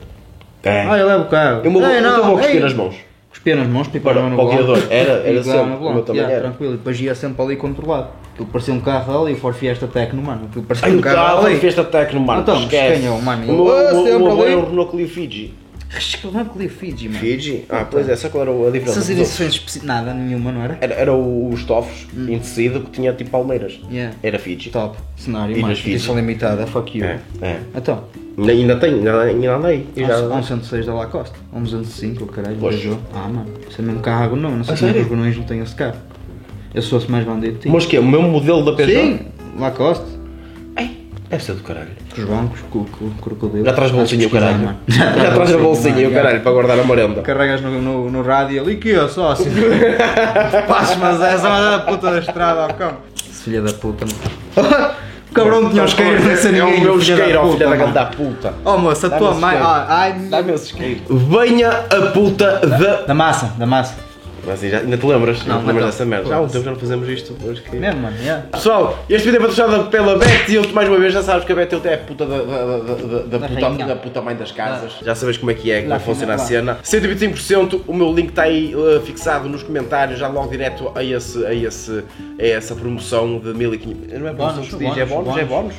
[SPEAKER 1] É.
[SPEAKER 2] Ah, eu levo o carro.
[SPEAKER 1] Eu vou,
[SPEAKER 2] Ei,
[SPEAKER 1] eu vou cuspir
[SPEAKER 2] ei.
[SPEAKER 1] nas mãos.
[SPEAKER 2] Cuspia nas mãos,
[SPEAKER 1] Para-
[SPEAKER 2] pipava no
[SPEAKER 1] para o
[SPEAKER 2] volante.
[SPEAKER 1] guiador. Era- era
[SPEAKER 2] Pipava
[SPEAKER 1] sempre.
[SPEAKER 2] no
[SPEAKER 1] O meu
[SPEAKER 2] volante.
[SPEAKER 1] também
[SPEAKER 2] Yeah,
[SPEAKER 1] era.
[SPEAKER 2] tranquilo. E depois ia sempre ali controlado. Aquilo parecia um carro ali, o Ford Fiesta Tecno, mano. Aquilo parecia
[SPEAKER 1] Ai,
[SPEAKER 2] um
[SPEAKER 1] o
[SPEAKER 2] carro
[SPEAKER 1] carro
[SPEAKER 2] ali.
[SPEAKER 1] fez ataque no mano,
[SPEAKER 2] Então,
[SPEAKER 1] esquece.
[SPEAKER 2] escanhou, mano.
[SPEAKER 1] O meu-
[SPEAKER 2] Ah,
[SPEAKER 1] o meu- o
[SPEAKER 2] sempre
[SPEAKER 1] meu avô
[SPEAKER 2] ali.
[SPEAKER 1] era o Renault Clio Fiji.
[SPEAKER 2] Aquilo não é que lia Fiji, mano.
[SPEAKER 1] Fiji? Ah, pois é, só qual era a diferença?
[SPEAKER 2] Essas
[SPEAKER 1] dos outros?
[SPEAKER 2] edições especi- Nada, nenhuma, não era?
[SPEAKER 1] Era, era o- os tofos em tecido que tinha tipo palmeiras.
[SPEAKER 2] Hum. Yeah.
[SPEAKER 1] Era Fiji.
[SPEAKER 2] Top. Cenário,
[SPEAKER 1] E
[SPEAKER 2] mano.
[SPEAKER 1] nas Fiji.
[SPEAKER 2] Edição limitada, fuck you.
[SPEAKER 1] É, é.
[SPEAKER 2] Então,
[SPEAKER 1] Ainda- Ainda tem, ainda, ainda andei. E já-
[SPEAKER 2] há um 106 da Lacoste. Há um 205, o caralho.
[SPEAKER 1] Pois.
[SPEAKER 2] beijou. Ah, mano. Isso é mesmo carro agonão. Não sei como é que
[SPEAKER 1] sério?
[SPEAKER 2] os gonões não têm esse carro. Eu se fosse mais bandido, tinha.
[SPEAKER 1] Mas que é o mesmo modelo da Peugeot?
[SPEAKER 2] Sim, Lacoste.
[SPEAKER 1] Ei, Deve ser do caralho.
[SPEAKER 2] Os bancos, com o crocodilo.
[SPEAKER 1] Já traz bolsinha o caralho.
[SPEAKER 2] Já
[SPEAKER 1] Já traz a bolsinha e o caralho para guardar a morenda.
[SPEAKER 2] Carregas no, no, no rádio ali que eu sócio. Pás, mas essa é da puta da estrada ao cão. Esse filho da puta. mano. o cabrão tinha um isqueiro não ser
[SPEAKER 1] É
[SPEAKER 2] ninguém.
[SPEAKER 1] o meu isqueiro, ó, filha da
[SPEAKER 2] mano.
[SPEAKER 1] ganda puta.
[SPEAKER 2] Oh moça, a
[SPEAKER 1] Dá-me
[SPEAKER 2] tua
[SPEAKER 1] esse
[SPEAKER 2] mãe.
[SPEAKER 1] isqueiro.
[SPEAKER 2] ah, ai,
[SPEAKER 1] Dá-me esse isqueiro. Venha a puta da.
[SPEAKER 2] da massa, da massa.
[SPEAKER 1] Mas aí já, ainda te lembras? Não,
[SPEAKER 2] Não,
[SPEAKER 1] te lembras
[SPEAKER 2] então.
[SPEAKER 1] dessa merda? Já há um tempo já não fazemos isto. mas que-
[SPEAKER 2] Mesmo, mano. yeah.
[SPEAKER 1] Pessoal, este vídeo é patrocinado pela Bet e eu mais uma vez já sabes que a Bet é a puta da, da- da- da- da puta,
[SPEAKER 2] rainha.
[SPEAKER 1] da puta mãe das casas. Já sabes como é que é, como
[SPEAKER 2] Lá,
[SPEAKER 1] funciona a
[SPEAKER 2] lá.
[SPEAKER 1] cena. 125%, o meu link está aí eh, fixado nos comentários, já logo direto a, esse, a, esse, a essa promoção de 1500. Não é promoção
[SPEAKER 2] Bónus,
[SPEAKER 1] que se diz, é
[SPEAKER 2] bónus,
[SPEAKER 1] bónus, é bónus.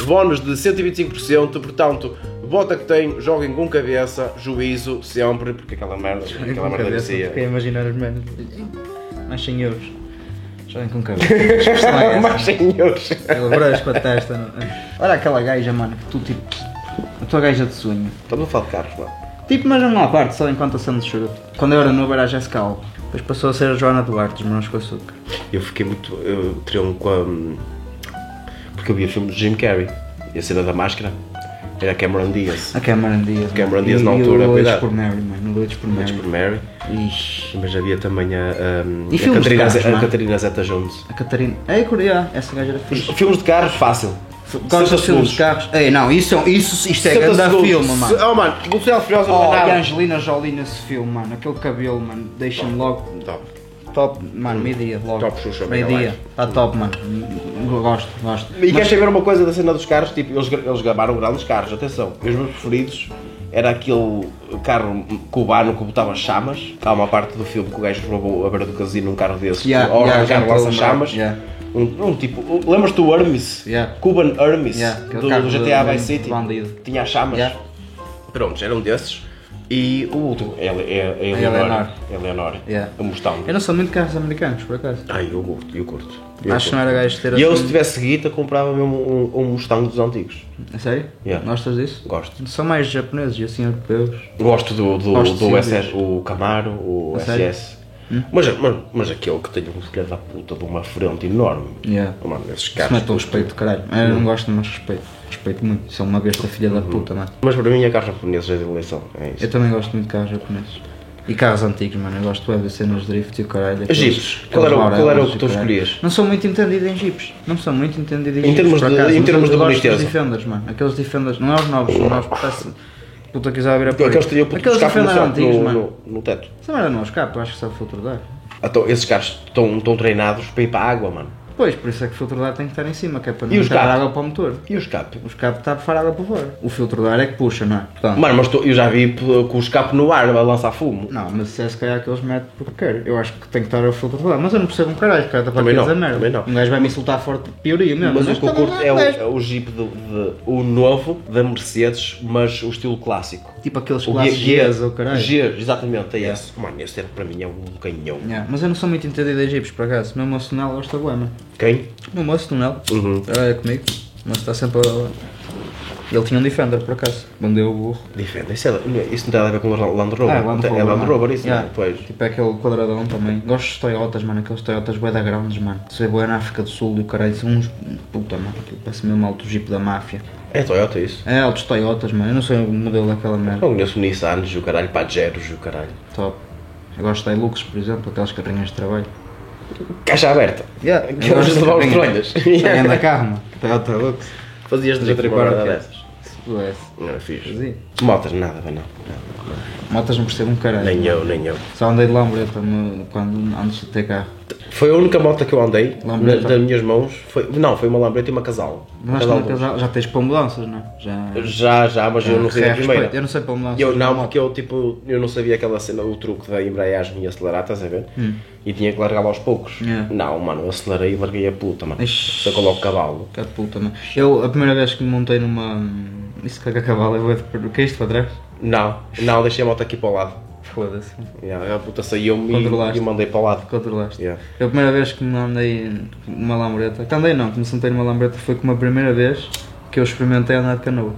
[SPEAKER 1] Bónus de 125%, portanto, bota que tem, joguem com cabeça, juízo, sempre, porque aquela merda, aquela merda vicia.
[SPEAKER 2] Fiquei a imaginar os memes. Mais 100 euros. Joguem com cabeça. Que expressão é essa?
[SPEAKER 1] Mais senhores.
[SPEAKER 2] Ele brás É com a testa. não é? Olha aquela gaja, mano, que tu tipo. A tua gaja de sonho.
[SPEAKER 1] Estamos a falar de carros, não?
[SPEAKER 2] Tipo, mas não à parte, só enquanto a Sandra chorou. Quando eu era novo era a Jessica Alba. Depois passou a ser a Joana Duarte, dos Mãos com Açúcar.
[SPEAKER 1] Eu fiquei muito. Eu tirei um com a. Porque eu via filmes de Jim Carrey. E a cena da máscara era Cameron Diaz.
[SPEAKER 2] A Cameron Diaz. mano.
[SPEAKER 1] Cameron Diaz
[SPEAKER 2] E-
[SPEAKER 1] na
[SPEAKER 2] e
[SPEAKER 1] altura,
[SPEAKER 2] o
[SPEAKER 1] cuidado.
[SPEAKER 2] Luiz por Mary, mano. o Luiz por
[SPEAKER 1] Mas por
[SPEAKER 2] Mary.
[SPEAKER 1] Mary.
[SPEAKER 2] Ixi.
[SPEAKER 1] Mas havia também a. um,
[SPEAKER 2] E
[SPEAKER 1] a,
[SPEAKER 2] filmes de
[SPEAKER 1] Catarina,
[SPEAKER 2] carros,
[SPEAKER 1] Ze- a
[SPEAKER 2] não é?
[SPEAKER 1] Catarina Zeta Jones.
[SPEAKER 2] A Catarina. Ei, Coreia, essa gaja era fixe.
[SPEAKER 1] Filmes de carros, fácil.
[SPEAKER 2] Gosta
[SPEAKER 1] 60
[SPEAKER 2] de filmes de carros? Ei, não, isso, é- isso, isto é
[SPEAKER 1] 60
[SPEAKER 2] grande
[SPEAKER 1] segundos.
[SPEAKER 2] filme, mano.
[SPEAKER 1] Oh, mano, Velocidade Furiosa não
[SPEAKER 2] Oh,
[SPEAKER 1] é
[SPEAKER 2] e a
[SPEAKER 1] nada.
[SPEAKER 2] Angelina Jolie nesse filme, mano. Aquele cabelo, mano. Deixa-me logo.
[SPEAKER 1] Top.
[SPEAKER 2] Top, mano, meio-dia logo.
[SPEAKER 1] Top, Xuxa,
[SPEAKER 2] Meio-dia.
[SPEAKER 1] meia-life.
[SPEAKER 2] Está top, mano. Eu Gosto, gosto.
[SPEAKER 1] E queres saber uma coisa da cena dos carros? Tipo, eles, gra- eles gravaram grandes carros, atenção. E Os meus preferidos era aquele carro cubano que botava chamas. Há uma parte do filme que o gajo roubou a beira do casino um carro desse.
[SPEAKER 2] Yeah,
[SPEAKER 1] ou
[SPEAKER 2] yeah,
[SPEAKER 1] arrancar
[SPEAKER 2] já estou a
[SPEAKER 1] lança chamas.
[SPEAKER 2] lembrar,
[SPEAKER 1] Um, um tipo, lembras-te do Hermes?
[SPEAKER 2] Yeah.
[SPEAKER 1] Cuban Hermes
[SPEAKER 2] Yeah,
[SPEAKER 1] do,
[SPEAKER 2] aquele
[SPEAKER 1] do
[SPEAKER 2] carro do-
[SPEAKER 1] GTA
[SPEAKER 2] do-
[SPEAKER 1] Vice
[SPEAKER 2] do
[SPEAKER 1] City.
[SPEAKER 2] bandido.
[SPEAKER 1] que Tinha as chamas.
[SPEAKER 2] Yeah.
[SPEAKER 1] Prontos, era um desses. E o último, é, é, é
[SPEAKER 2] Eleanor.
[SPEAKER 1] Eleanor. Eleanor. um
[SPEAKER 2] Yeah.
[SPEAKER 1] O Mustang.
[SPEAKER 2] Eu não sou muito de carros americanos, por acaso.
[SPEAKER 1] Ai, eu curto, eu curto. Eu
[SPEAKER 2] Acho que
[SPEAKER 1] curto.
[SPEAKER 2] não era gajo de ter
[SPEAKER 1] E eu,
[SPEAKER 2] assim-
[SPEAKER 1] se tivesse guita, comprava mesmo um, um Mustang dos antigos.
[SPEAKER 2] A sério?
[SPEAKER 1] Yeah.
[SPEAKER 2] Gostas disso?
[SPEAKER 1] Gosto.
[SPEAKER 2] São mais japoneses e assim europeus.
[SPEAKER 1] Gosto do, do,
[SPEAKER 2] Gosto
[SPEAKER 1] do
[SPEAKER 2] sim,
[SPEAKER 1] SS, o Camaro, o
[SPEAKER 2] A sério? Hum?
[SPEAKER 1] SS. Mas, mas, mas aquele que tem um filho da puta de uma frente enorme.
[SPEAKER 2] Yeah.
[SPEAKER 1] Oh, Mano, esses
[SPEAKER 2] Se
[SPEAKER 1] carros.
[SPEAKER 2] mete o respeito, caralho. Eu não gosto, mas respeito. Respeito muito. São uma besta filha da puta, mano.
[SPEAKER 1] Mas para mim é carros japoneses é de eleição. É isso.
[SPEAKER 2] Eu também gosto muito de carros japoneses. E carros antigos, mano. Eu gosto bué de cenas drift e o caralho. aqueles-
[SPEAKER 1] Jeeps.
[SPEAKER 2] aqueles
[SPEAKER 1] Qual era o- qual era o
[SPEAKER 2] Laureles
[SPEAKER 1] que
[SPEAKER 2] e
[SPEAKER 1] tu
[SPEAKER 2] caralho.
[SPEAKER 1] escolhias?
[SPEAKER 2] Não sou muito entendido em jeeps. Não sou muito entendido em, jeeps.
[SPEAKER 1] termos
[SPEAKER 2] por
[SPEAKER 1] de-
[SPEAKER 2] acaso,
[SPEAKER 1] em
[SPEAKER 2] mas
[SPEAKER 1] termos
[SPEAKER 2] eu
[SPEAKER 1] de
[SPEAKER 2] gosto dos
[SPEAKER 1] boniteza.
[SPEAKER 2] defenders, mano. Aqueles defenders. Não é os novos, os novos. Parece... Puta que já virar por aí.
[SPEAKER 1] Aqueles é que eu puto
[SPEAKER 2] Aqueles
[SPEAKER 1] escape no,
[SPEAKER 2] defenders
[SPEAKER 1] chão,
[SPEAKER 2] antigos,
[SPEAKER 1] no,
[SPEAKER 2] mano.
[SPEAKER 1] no, no teto.
[SPEAKER 2] Essa merda não escapa, eu acho que sabe filtrar.
[SPEAKER 1] Então, esses carros estão, estão treinados para ir para a água, mano.
[SPEAKER 2] Pois, por isso é que o filtro de ar tem que estar em cima, que é para não
[SPEAKER 1] E o
[SPEAKER 2] entrar
[SPEAKER 1] escape?
[SPEAKER 2] água para o motor.
[SPEAKER 1] E o escape?
[SPEAKER 2] O escape está a puxar água para fora. O filtro de ar é que puxa, não é? Portanto,
[SPEAKER 1] Mano, mas tô- eu já vi p- com o escape no ar, vai lançar fumo.
[SPEAKER 2] Não, mas se é se calhar que eles metem porque quer. Eu acho que tem que estar ao filtro de ar. Mas eu não percebo um caralho, cara, está para
[SPEAKER 1] Também
[SPEAKER 2] aqueles
[SPEAKER 1] não,
[SPEAKER 2] a merda.
[SPEAKER 1] também não.
[SPEAKER 2] Um gajo vai me insultar forte de pioria mesmo.
[SPEAKER 1] Mas o que eu
[SPEAKER 2] também
[SPEAKER 1] curto
[SPEAKER 2] não
[SPEAKER 1] é o,
[SPEAKER 2] gajo.
[SPEAKER 1] é o Jeep, de, de- o novo da Mercedes, mas o estilo clássico.
[SPEAKER 2] Tipo aqueles classes Gs ou caralho.
[SPEAKER 1] G, exatamente, é esse. Mano, esse era para mim é um canhão.
[SPEAKER 2] Yeah, Mas eu não sou muito entendido em jipes, por acaso. Meu moço Nel gosta bué, mano.
[SPEAKER 1] Quem?
[SPEAKER 2] Meu moço do Nel.
[SPEAKER 1] Uhum.
[SPEAKER 2] Trabalha é comigo. Mas está sempre a... Ele tinha um Defender, por acaso. Bandeu o burro.
[SPEAKER 1] Defende. Isso, é, isso não tem nada a ver com o Land Rover.
[SPEAKER 2] Ah, Land
[SPEAKER 1] é
[SPEAKER 2] Rover,
[SPEAKER 1] Land
[SPEAKER 2] mano.
[SPEAKER 1] Rover, isso,
[SPEAKER 2] Yeah.
[SPEAKER 1] não é? Pois.
[SPEAKER 2] Tipo é aquele quadradão também. Gosto dos Toyotas, mano. Aqueles Toyotas bué da grandes, mano. Se vê bué na África do Sul e o caralho. São uns... Puta, mano. Aquilo parece mesmo alto Jeep da máfia.
[SPEAKER 1] É Toyota, isso.
[SPEAKER 2] É altos Toyotas, mano. Eu não sei o modelo daquela merda.
[SPEAKER 1] Não conheço Nissans e o caralho, Pajeros e o caralho.
[SPEAKER 2] Top. Eu gosto da Hilux, por exemplo. Aquelas carrinhas de trabalho.
[SPEAKER 1] Caixa aberta.
[SPEAKER 2] Yeah.
[SPEAKER 1] Que elas levavam os trolhas.
[SPEAKER 2] Carrinha da carro, mano. Toyota Hilux.
[SPEAKER 1] Fazias de
[SPEAKER 2] Fazer
[SPEAKER 1] jeito uma
[SPEAKER 2] quarta.
[SPEAKER 1] merda dessas.
[SPEAKER 2] Se pudesse.
[SPEAKER 1] Não era fixe.
[SPEAKER 2] Fazia.
[SPEAKER 1] Motas, nada, bem não. Nada.
[SPEAKER 2] Motas não percebo um caralho.
[SPEAKER 1] Nem eu, nem eu.
[SPEAKER 2] Só andei de lambreta no- quando antes de ter carro.
[SPEAKER 1] Foi a única moto que eu andei
[SPEAKER 2] Lambreta.
[SPEAKER 1] na- das minhas mãos. Foi, não, foi uma lambreta e uma casal.
[SPEAKER 2] Mas
[SPEAKER 1] Casal
[SPEAKER 2] tu nunca já, já tens para mudanças, não é? Já...
[SPEAKER 1] dois. Já, já, mas eu não sei a
[SPEAKER 2] Ah, Respeito.
[SPEAKER 1] primeira.
[SPEAKER 2] Eu não sei para mudanças.
[SPEAKER 1] Eu não,
[SPEAKER 2] moto.
[SPEAKER 1] porque eu tipo, eu não sabia aquela cena, o truque da embreagem e acelerar, estás a ver?
[SPEAKER 2] Hum.
[SPEAKER 1] E tinha que largá-la aos poucos.
[SPEAKER 2] Yeah.
[SPEAKER 1] Não, mano, eu acelerei e larguei a puta, mano.
[SPEAKER 2] É. Ixi.
[SPEAKER 1] Só coloco o cavalo.
[SPEAKER 2] Que é puta, mano. Eu, a primeira vez que me montei numa. Isso que é que acabava, eu vou. Caíste para trás?
[SPEAKER 1] Não, não, deixei a moto aqui para o lado.
[SPEAKER 2] Foda-se.
[SPEAKER 1] Yeah, a puta saiu-me e,
[SPEAKER 2] Controlaste.
[SPEAKER 1] e mandei para o lado.
[SPEAKER 2] Controlaste.
[SPEAKER 1] Yeah.
[SPEAKER 2] Eu, a primeira vez que me andei numa lambreta. Que andei não, que me sentei numa lambreta foi como a primeira vez que eu experimentei andar de canoa.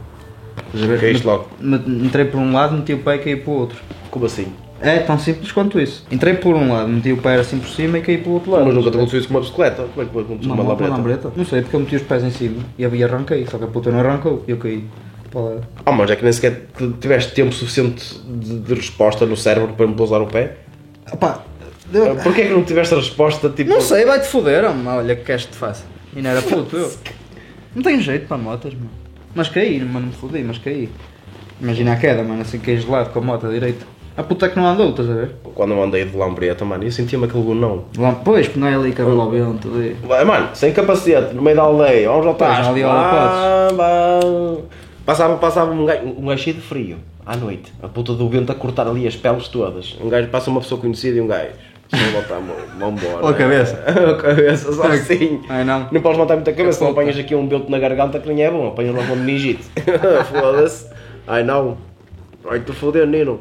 [SPEAKER 2] Estás a ver?
[SPEAKER 1] Caíste
[SPEAKER 2] Me-
[SPEAKER 1] logo.
[SPEAKER 2] me- entrei por um lado, meti o pé e caí para o outro.
[SPEAKER 1] Como assim?
[SPEAKER 2] É tão simples quanto isso. Entrei por um lado, meti o pé assim por cima e caí pelo outro lado.
[SPEAKER 1] Mas nunca te aconteceu isso com uma bicicleta? Como é que foi acontecer
[SPEAKER 2] Não,
[SPEAKER 1] com uma
[SPEAKER 2] não, pela
[SPEAKER 1] labreta?
[SPEAKER 2] lambreta. Não sei, porque eu meti os pés em cima e havia arranquei, só que a puta não arrancou e eu caí. para o lado.
[SPEAKER 1] Ah, mas é que nem sequer t- tiveste tempo suficiente de, de resposta no cérebro para me pousar o pé?
[SPEAKER 2] Opá, eu-
[SPEAKER 1] Porquê é que não tiveste a resposta tipo.
[SPEAKER 2] Não sei, vai-te foder, homem. Ah, Olha, que queres que te faça? E não era puto, eu. Não tenho jeito para motas, mano. Mas caí, mano, me fodi, mas caí. Imagina a queda, mano, assim caí de lado com a moto direito. A puta é que não andou, estás a ver?
[SPEAKER 1] Quando eu andei de lambreta, mano, eu sentia-me aquele gunão.
[SPEAKER 2] Lá, pois, não é ali cabelo ao vento, ali.
[SPEAKER 1] Vai, Mano, sem capacete, no meio da aldeia, vamos ao Tasco.
[SPEAKER 2] ali ao
[SPEAKER 1] Pá, pá. Passava, passava um gajo, um gajo cheio de frio, à noite. A puta do vento a cortar ali as peles todas. Um gajo passa uma pessoa conhecida e um gajo. Se não botar a mão, vão embora.
[SPEAKER 2] Ou a cabeça.
[SPEAKER 1] Ou a cabeça, só assim.
[SPEAKER 2] Ai não.
[SPEAKER 1] Não podes levantar muita cabeça, não
[SPEAKER 2] puta.
[SPEAKER 1] apanhas aqui um belto na garganta que nem é bom, apanhas logo uma meningite. Foda-se. Ai não. Ai tu fodeu, Nino.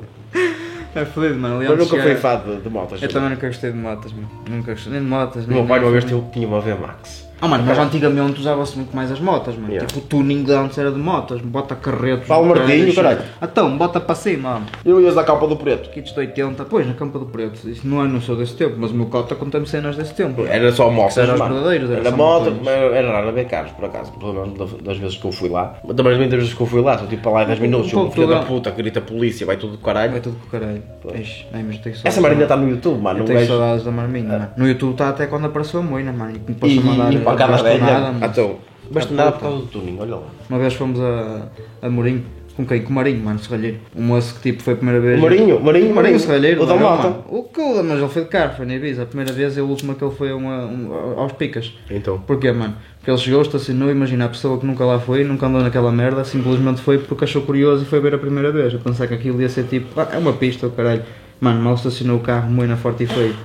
[SPEAKER 2] É fodido, mano, ali
[SPEAKER 1] Mas
[SPEAKER 2] onde
[SPEAKER 1] nunca fui
[SPEAKER 2] chegar-
[SPEAKER 1] fado de, de motas.
[SPEAKER 2] Eu também nunca gostei de motas, mano. Nunca gostei nem de motas,
[SPEAKER 1] O
[SPEAKER 2] nem
[SPEAKER 1] meu pai
[SPEAKER 2] nem-
[SPEAKER 1] uma vez teve- tinha uma VMAX.
[SPEAKER 2] Ah, mano, mas antigamente usava-se muito mais as motas, mano.
[SPEAKER 1] Yeah.
[SPEAKER 2] Tipo, o tuning de antes era de motas, bota carretos.
[SPEAKER 1] Paulo
[SPEAKER 2] bota-
[SPEAKER 1] Martinho, caralho.
[SPEAKER 2] Então, bota para cima, homem.
[SPEAKER 1] Eu ia da capa do preto.
[SPEAKER 2] Kits de 80, pois, na Campa do Preto. Isso não é, não sou desse tempo, mas o meu cota conta-me cenas desse tempo. É,
[SPEAKER 1] Era só motos,
[SPEAKER 2] Eram os
[SPEAKER 1] mano.
[SPEAKER 2] verdadeiros, eram
[SPEAKER 1] Era
[SPEAKER 2] só
[SPEAKER 1] moto,
[SPEAKER 2] motores.
[SPEAKER 1] mas era raro ver carros, por acaso. Pelo menos da- das vezes que eu fui lá. Mas também das vezes que eu fui lá, sou tipo lá em 10 minutos.
[SPEAKER 2] pouco
[SPEAKER 1] Um filho da
[SPEAKER 2] toda-
[SPEAKER 1] puta que grita polícia, vai tudo do caralho.
[SPEAKER 2] Vai é tudo com o caralho. Ixi, ai, mas eu tenho saudades.
[SPEAKER 1] Essa marinha está no YouTube, mano.
[SPEAKER 2] Eu
[SPEAKER 1] Um
[SPEAKER 2] tenho
[SPEAKER 1] gajo.
[SPEAKER 2] saudades da Marminha, mano. No YouTube está até quando apareceu a moina, mano. E me
[SPEAKER 1] E,
[SPEAKER 2] pôs a mandar
[SPEAKER 1] e, e pancada
[SPEAKER 2] bastonada,
[SPEAKER 1] velha.
[SPEAKER 2] mano.
[SPEAKER 1] Ah, Então, bastonada por causa do tuning, olha lá.
[SPEAKER 2] Uma vez fomos a, a Mourinho. Com quem? Com o Marinho, mano, serralheiro. Um moço que tipo foi a primeira vez.
[SPEAKER 1] O Marinho, o Marinho,
[SPEAKER 2] o Marinho
[SPEAKER 1] o-
[SPEAKER 2] serralheiro.
[SPEAKER 1] o da
[SPEAKER 2] mano,
[SPEAKER 1] moto.
[SPEAKER 2] mano. O que o- mas ele foi de carro, foi na Ibiza. A primeira vez e a última que ele foi a uma- um- aos picas.
[SPEAKER 1] Então.
[SPEAKER 2] Porquê, mano? Porque ele chegou, estacionou, imagina, a pessoa que nunca lá foi, nunca andou naquela merda, simplesmente foi porque achou curioso e foi ver a primeira vez, a pensar que aquilo ia ser tipo, "Ah, é uma pista, o caralho. Mano, mal estacionou o carro, moina forte e feio.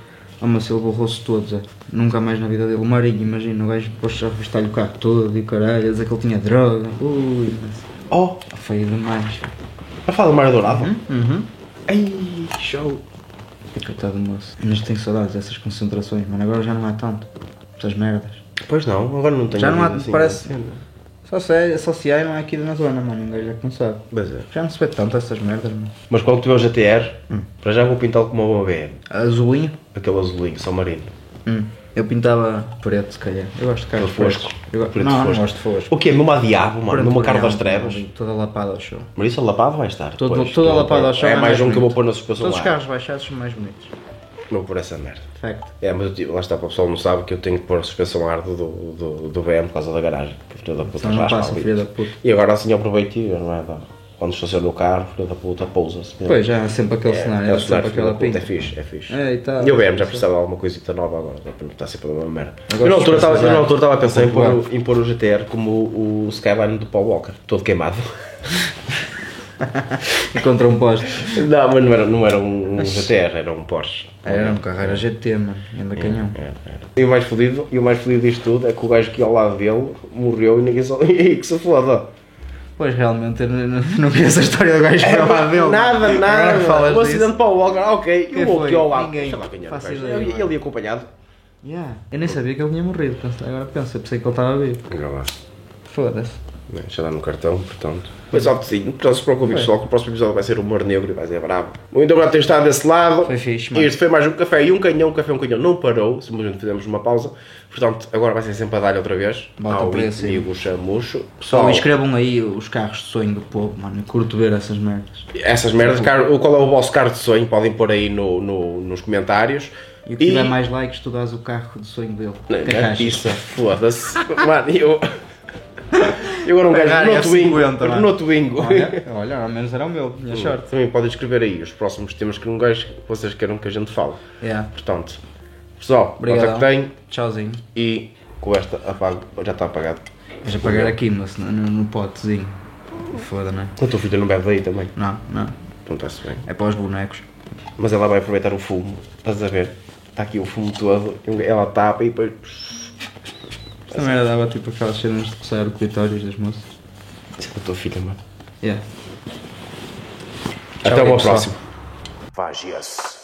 [SPEAKER 2] Ah, mas ele borrou-se todo, Zé. Nunca mais na vida dele. O Marinho, imagina, o gajo depois a vestar-lhe o carro todo e o caralho, a dizer que ele tinha droga. Ui, mas...
[SPEAKER 1] Oh,
[SPEAKER 2] feio demais.
[SPEAKER 1] a fala do Mário Dourado.
[SPEAKER 2] Uhum.
[SPEAKER 1] Ei, show.
[SPEAKER 2] Coitado do moço. Mas tenho saudades dessas concentrações, mano. Agora já não há tanto. Essas merdas.
[SPEAKER 1] Pois não, agora não tenho
[SPEAKER 2] Já não há-
[SPEAKER 1] vida assim,
[SPEAKER 2] parece-
[SPEAKER 1] né?
[SPEAKER 2] Só sei, só se há, não é aqui na zona, mano. Um gajo é que não sabe.
[SPEAKER 1] Pois é.
[SPEAKER 2] Já não se vê tanto essas merdas, mano.
[SPEAKER 1] Mas quando tiver o GTR,
[SPEAKER 2] Hum.
[SPEAKER 1] para já vou pintá-lo como uma BM.
[SPEAKER 2] Azulinho?
[SPEAKER 1] Aquele azulinho, São Marino.
[SPEAKER 2] Hum. Eu pintava preto, se calhar. Eu gosto de carros
[SPEAKER 1] Aquele fosco.
[SPEAKER 2] pretos. Eu go-
[SPEAKER 1] Preto
[SPEAKER 2] não,
[SPEAKER 1] fosco.
[SPEAKER 2] não gosto de fosco.
[SPEAKER 1] O quê? Mesmo a diabo, mano?
[SPEAKER 2] um
[SPEAKER 1] Mesmo a carro das trevas?
[SPEAKER 2] Toda lapada ao chão.
[SPEAKER 1] Marisa Lapado vai estar.
[SPEAKER 2] Todo-
[SPEAKER 1] pois.
[SPEAKER 2] toda
[SPEAKER 1] Não,
[SPEAKER 2] lapada ao chão
[SPEAKER 1] É
[SPEAKER 2] é
[SPEAKER 1] mais
[SPEAKER 2] mais
[SPEAKER 1] um que eu vou
[SPEAKER 2] bonito.
[SPEAKER 1] pôr na suspensão
[SPEAKER 2] Todos os
[SPEAKER 1] lá.
[SPEAKER 2] carros baixados são mais bonitos.
[SPEAKER 1] Vou pôr essa merda.
[SPEAKER 2] Facto.
[SPEAKER 1] É, mas eu tive- lá está, para o pessoal não sabe que eu tenho que pôr a suspensão a ar do, do, do, do BM por causa da garagem. Que filho da puta
[SPEAKER 2] Senão não
[SPEAKER 1] raspa
[SPEAKER 2] passa,
[SPEAKER 1] ali.
[SPEAKER 2] filho da puta.
[SPEAKER 1] E agora assim eu aproveito e não é? dá- Quando estaciono o carro, filho da puta, pousa-se.
[SPEAKER 2] Pois, já há sempre aquele cenário.
[SPEAKER 1] É,
[SPEAKER 2] há
[SPEAKER 1] o cenário,
[SPEAKER 2] sempre
[SPEAKER 1] filho da
[SPEAKER 2] aquela
[SPEAKER 1] puta, é
[SPEAKER 2] pinta.
[SPEAKER 1] fixe, é fixe.
[SPEAKER 2] É, e tal.
[SPEAKER 1] eu mesmo já precisava de alguma coisita nova agora, para não estar sempre a mesma merda.
[SPEAKER 2] Agora
[SPEAKER 1] Eu na altura
[SPEAKER 2] se
[SPEAKER 1] estava- eu na
[SPEAKER 2] precisar-
[SPEAKER 1] altura estava a pensar em pôr,
[SPEAKER 2] Claro.
[SPEAKER 1] o- em pôr o GTR como o, o Skyline do Paul Walker, todo queimado.
[SPEAKER 2] E contra um poste.
[SPEAKER 1] não, mas não era, não era um, um GTR, era um Porsche.
[SPEAKER 2] Era um carro, era GT, mano.
[SPEAKER 1] É.
[SPEAKER 2] Ainda canhão.
[SPEAKER 1] E o mais fodido, e o mais fodido disto tudo é que o gajo que ia ao lado dele morreu e ninguém só. E que se foda.
[SPEAKER 2] Pois, realmente, eu não, não, não conheço a história do gajo para lá É dele.
[SPEAKER 1] É, nada,
[SPEAKER 2] Agora
[SPEAKER 1] nada.
[SPEAKER 2] que falas
[SPEAKER 1] Um
[SPEAKER 2] disso.
[SPEAKER 1] acidente para o Walker, ah, ok. E
[SPEAKER 2] Quem
[SPEAKER 1] o outro
[SPEAKER 2] foi?
[SPEAKER 1] que ia ao lado.
[SPEAKER 2] Ninguém.
[SPEAKER 1] Sei lá quem era o
[SPEAKER 2] Faço
[SPEAKER 1] gajo.
[SPEAKER 2] ideia,
[SPEAKER 1] Ele
[SPEAKER 2] mano.
[SPEAKER 1] ele ia acompanhado.
[SPEAKER 2] Yeah. Eu nem sabia que ele tinha morrido. pensa- Agora penso, eu pensei que ele estava vivo.
[SPEAKER 1] Olha lá.
[SPEAKER 2] Foda-se.
[SPEAKER 1] Né, Já dá no cartão, portanto. Mas optinho, não se
[SPEAKER 2] É.
[SPEAKER 1] preocupem pessoal, que o próximo episódio vai ser humor negro e vai ser brabo. Muito obrigado por ter estado desse lado.
[SPEAKER 2] Foi fixe, mano.
[SPEAKER 1] Este foi mais um café e um canhão, um café e um canhão não parou, simplesmente fizemos uma pausa. Portanto, agora vai ser sempre a dar outra vez.
[SPEAKER 2] Bota
[SPEAKER 1] ao
[SPEAKER 2] o preço aí.
[SPEAKER 1] Inigo Chamucho. Pessoal,
[SPEAKER 2] Pessoal, escrevam aí os carros de sonho do povo, mano. Eu curto ver essas merdas.
[SPEAKER 1] essas merdas, carro- qual é o vosso carro de sonho? Podem pôr aí no- no- nos comentários.
[SPEAKER 2] E o que tiver mais likes, tu dás o carro de sonho dele.
[SPEAKER 1] Não,
[SPEAKER 2] que é
[SPEAKER 1] não,
[SPEAKER 2] achas?
[SPEAKER 1] Isso, foda-se. Mano, eu. Eu era um
[SPEAKER 2] Ferrari
[SPEAKER 1] gajo
[SPEAKER 2] é
[SPEAKER 1] no Twingo.
[SPEAKER 2] 50, mano.
[SPEAKER 1] No Twingo.
[SPEAKER 2] Olha, olha, ao menos era o meu, minha sorte.
[SPEAKER 1] Também podem escrever aí os próximos temas que um gajo que vocês queiram que a gente fale.
[SPEAKER 2] Yeah.
[SPEAKER 1] Portanto, pessoal,
[SPEAKER 2] Obrigadão.
[SPEAKER 1] conta que tem
[SPEAKER 2] Tchauzinho.
[SPEAKER 1] e com esta apago. Já está apagado.
[SPEAKER 2] Vais apagar aqui, moço, no, no, no potezinho. Foda, não é?
[SPEAKER 1] O teu filho não bebe daí também.
[SPEAKER 2] Não, não.
[SPEAKER 1] Não está-se bem.
[SPEAKER 2] É para os bonecos.
[SPEAKER 1] Mas ela vai aproveitar o fumo. Estás a ver? Está aqui o fumo todo. Ela tapa e depois.
[SPEAKER 2] Esta merda dava tipo aquelas cenas de coçar o clitóris das moças.
[SPEAKER 1] Isso é da tua filha, mano.
[SPEAKER 2] Yeah.
[SPEAKER 1] Até
[SPEAKER 2] aí,
[SPEAKER 1] uma
[SPEAKER 2] pessoal.
[SPEAKER 1] próxima. Vagias.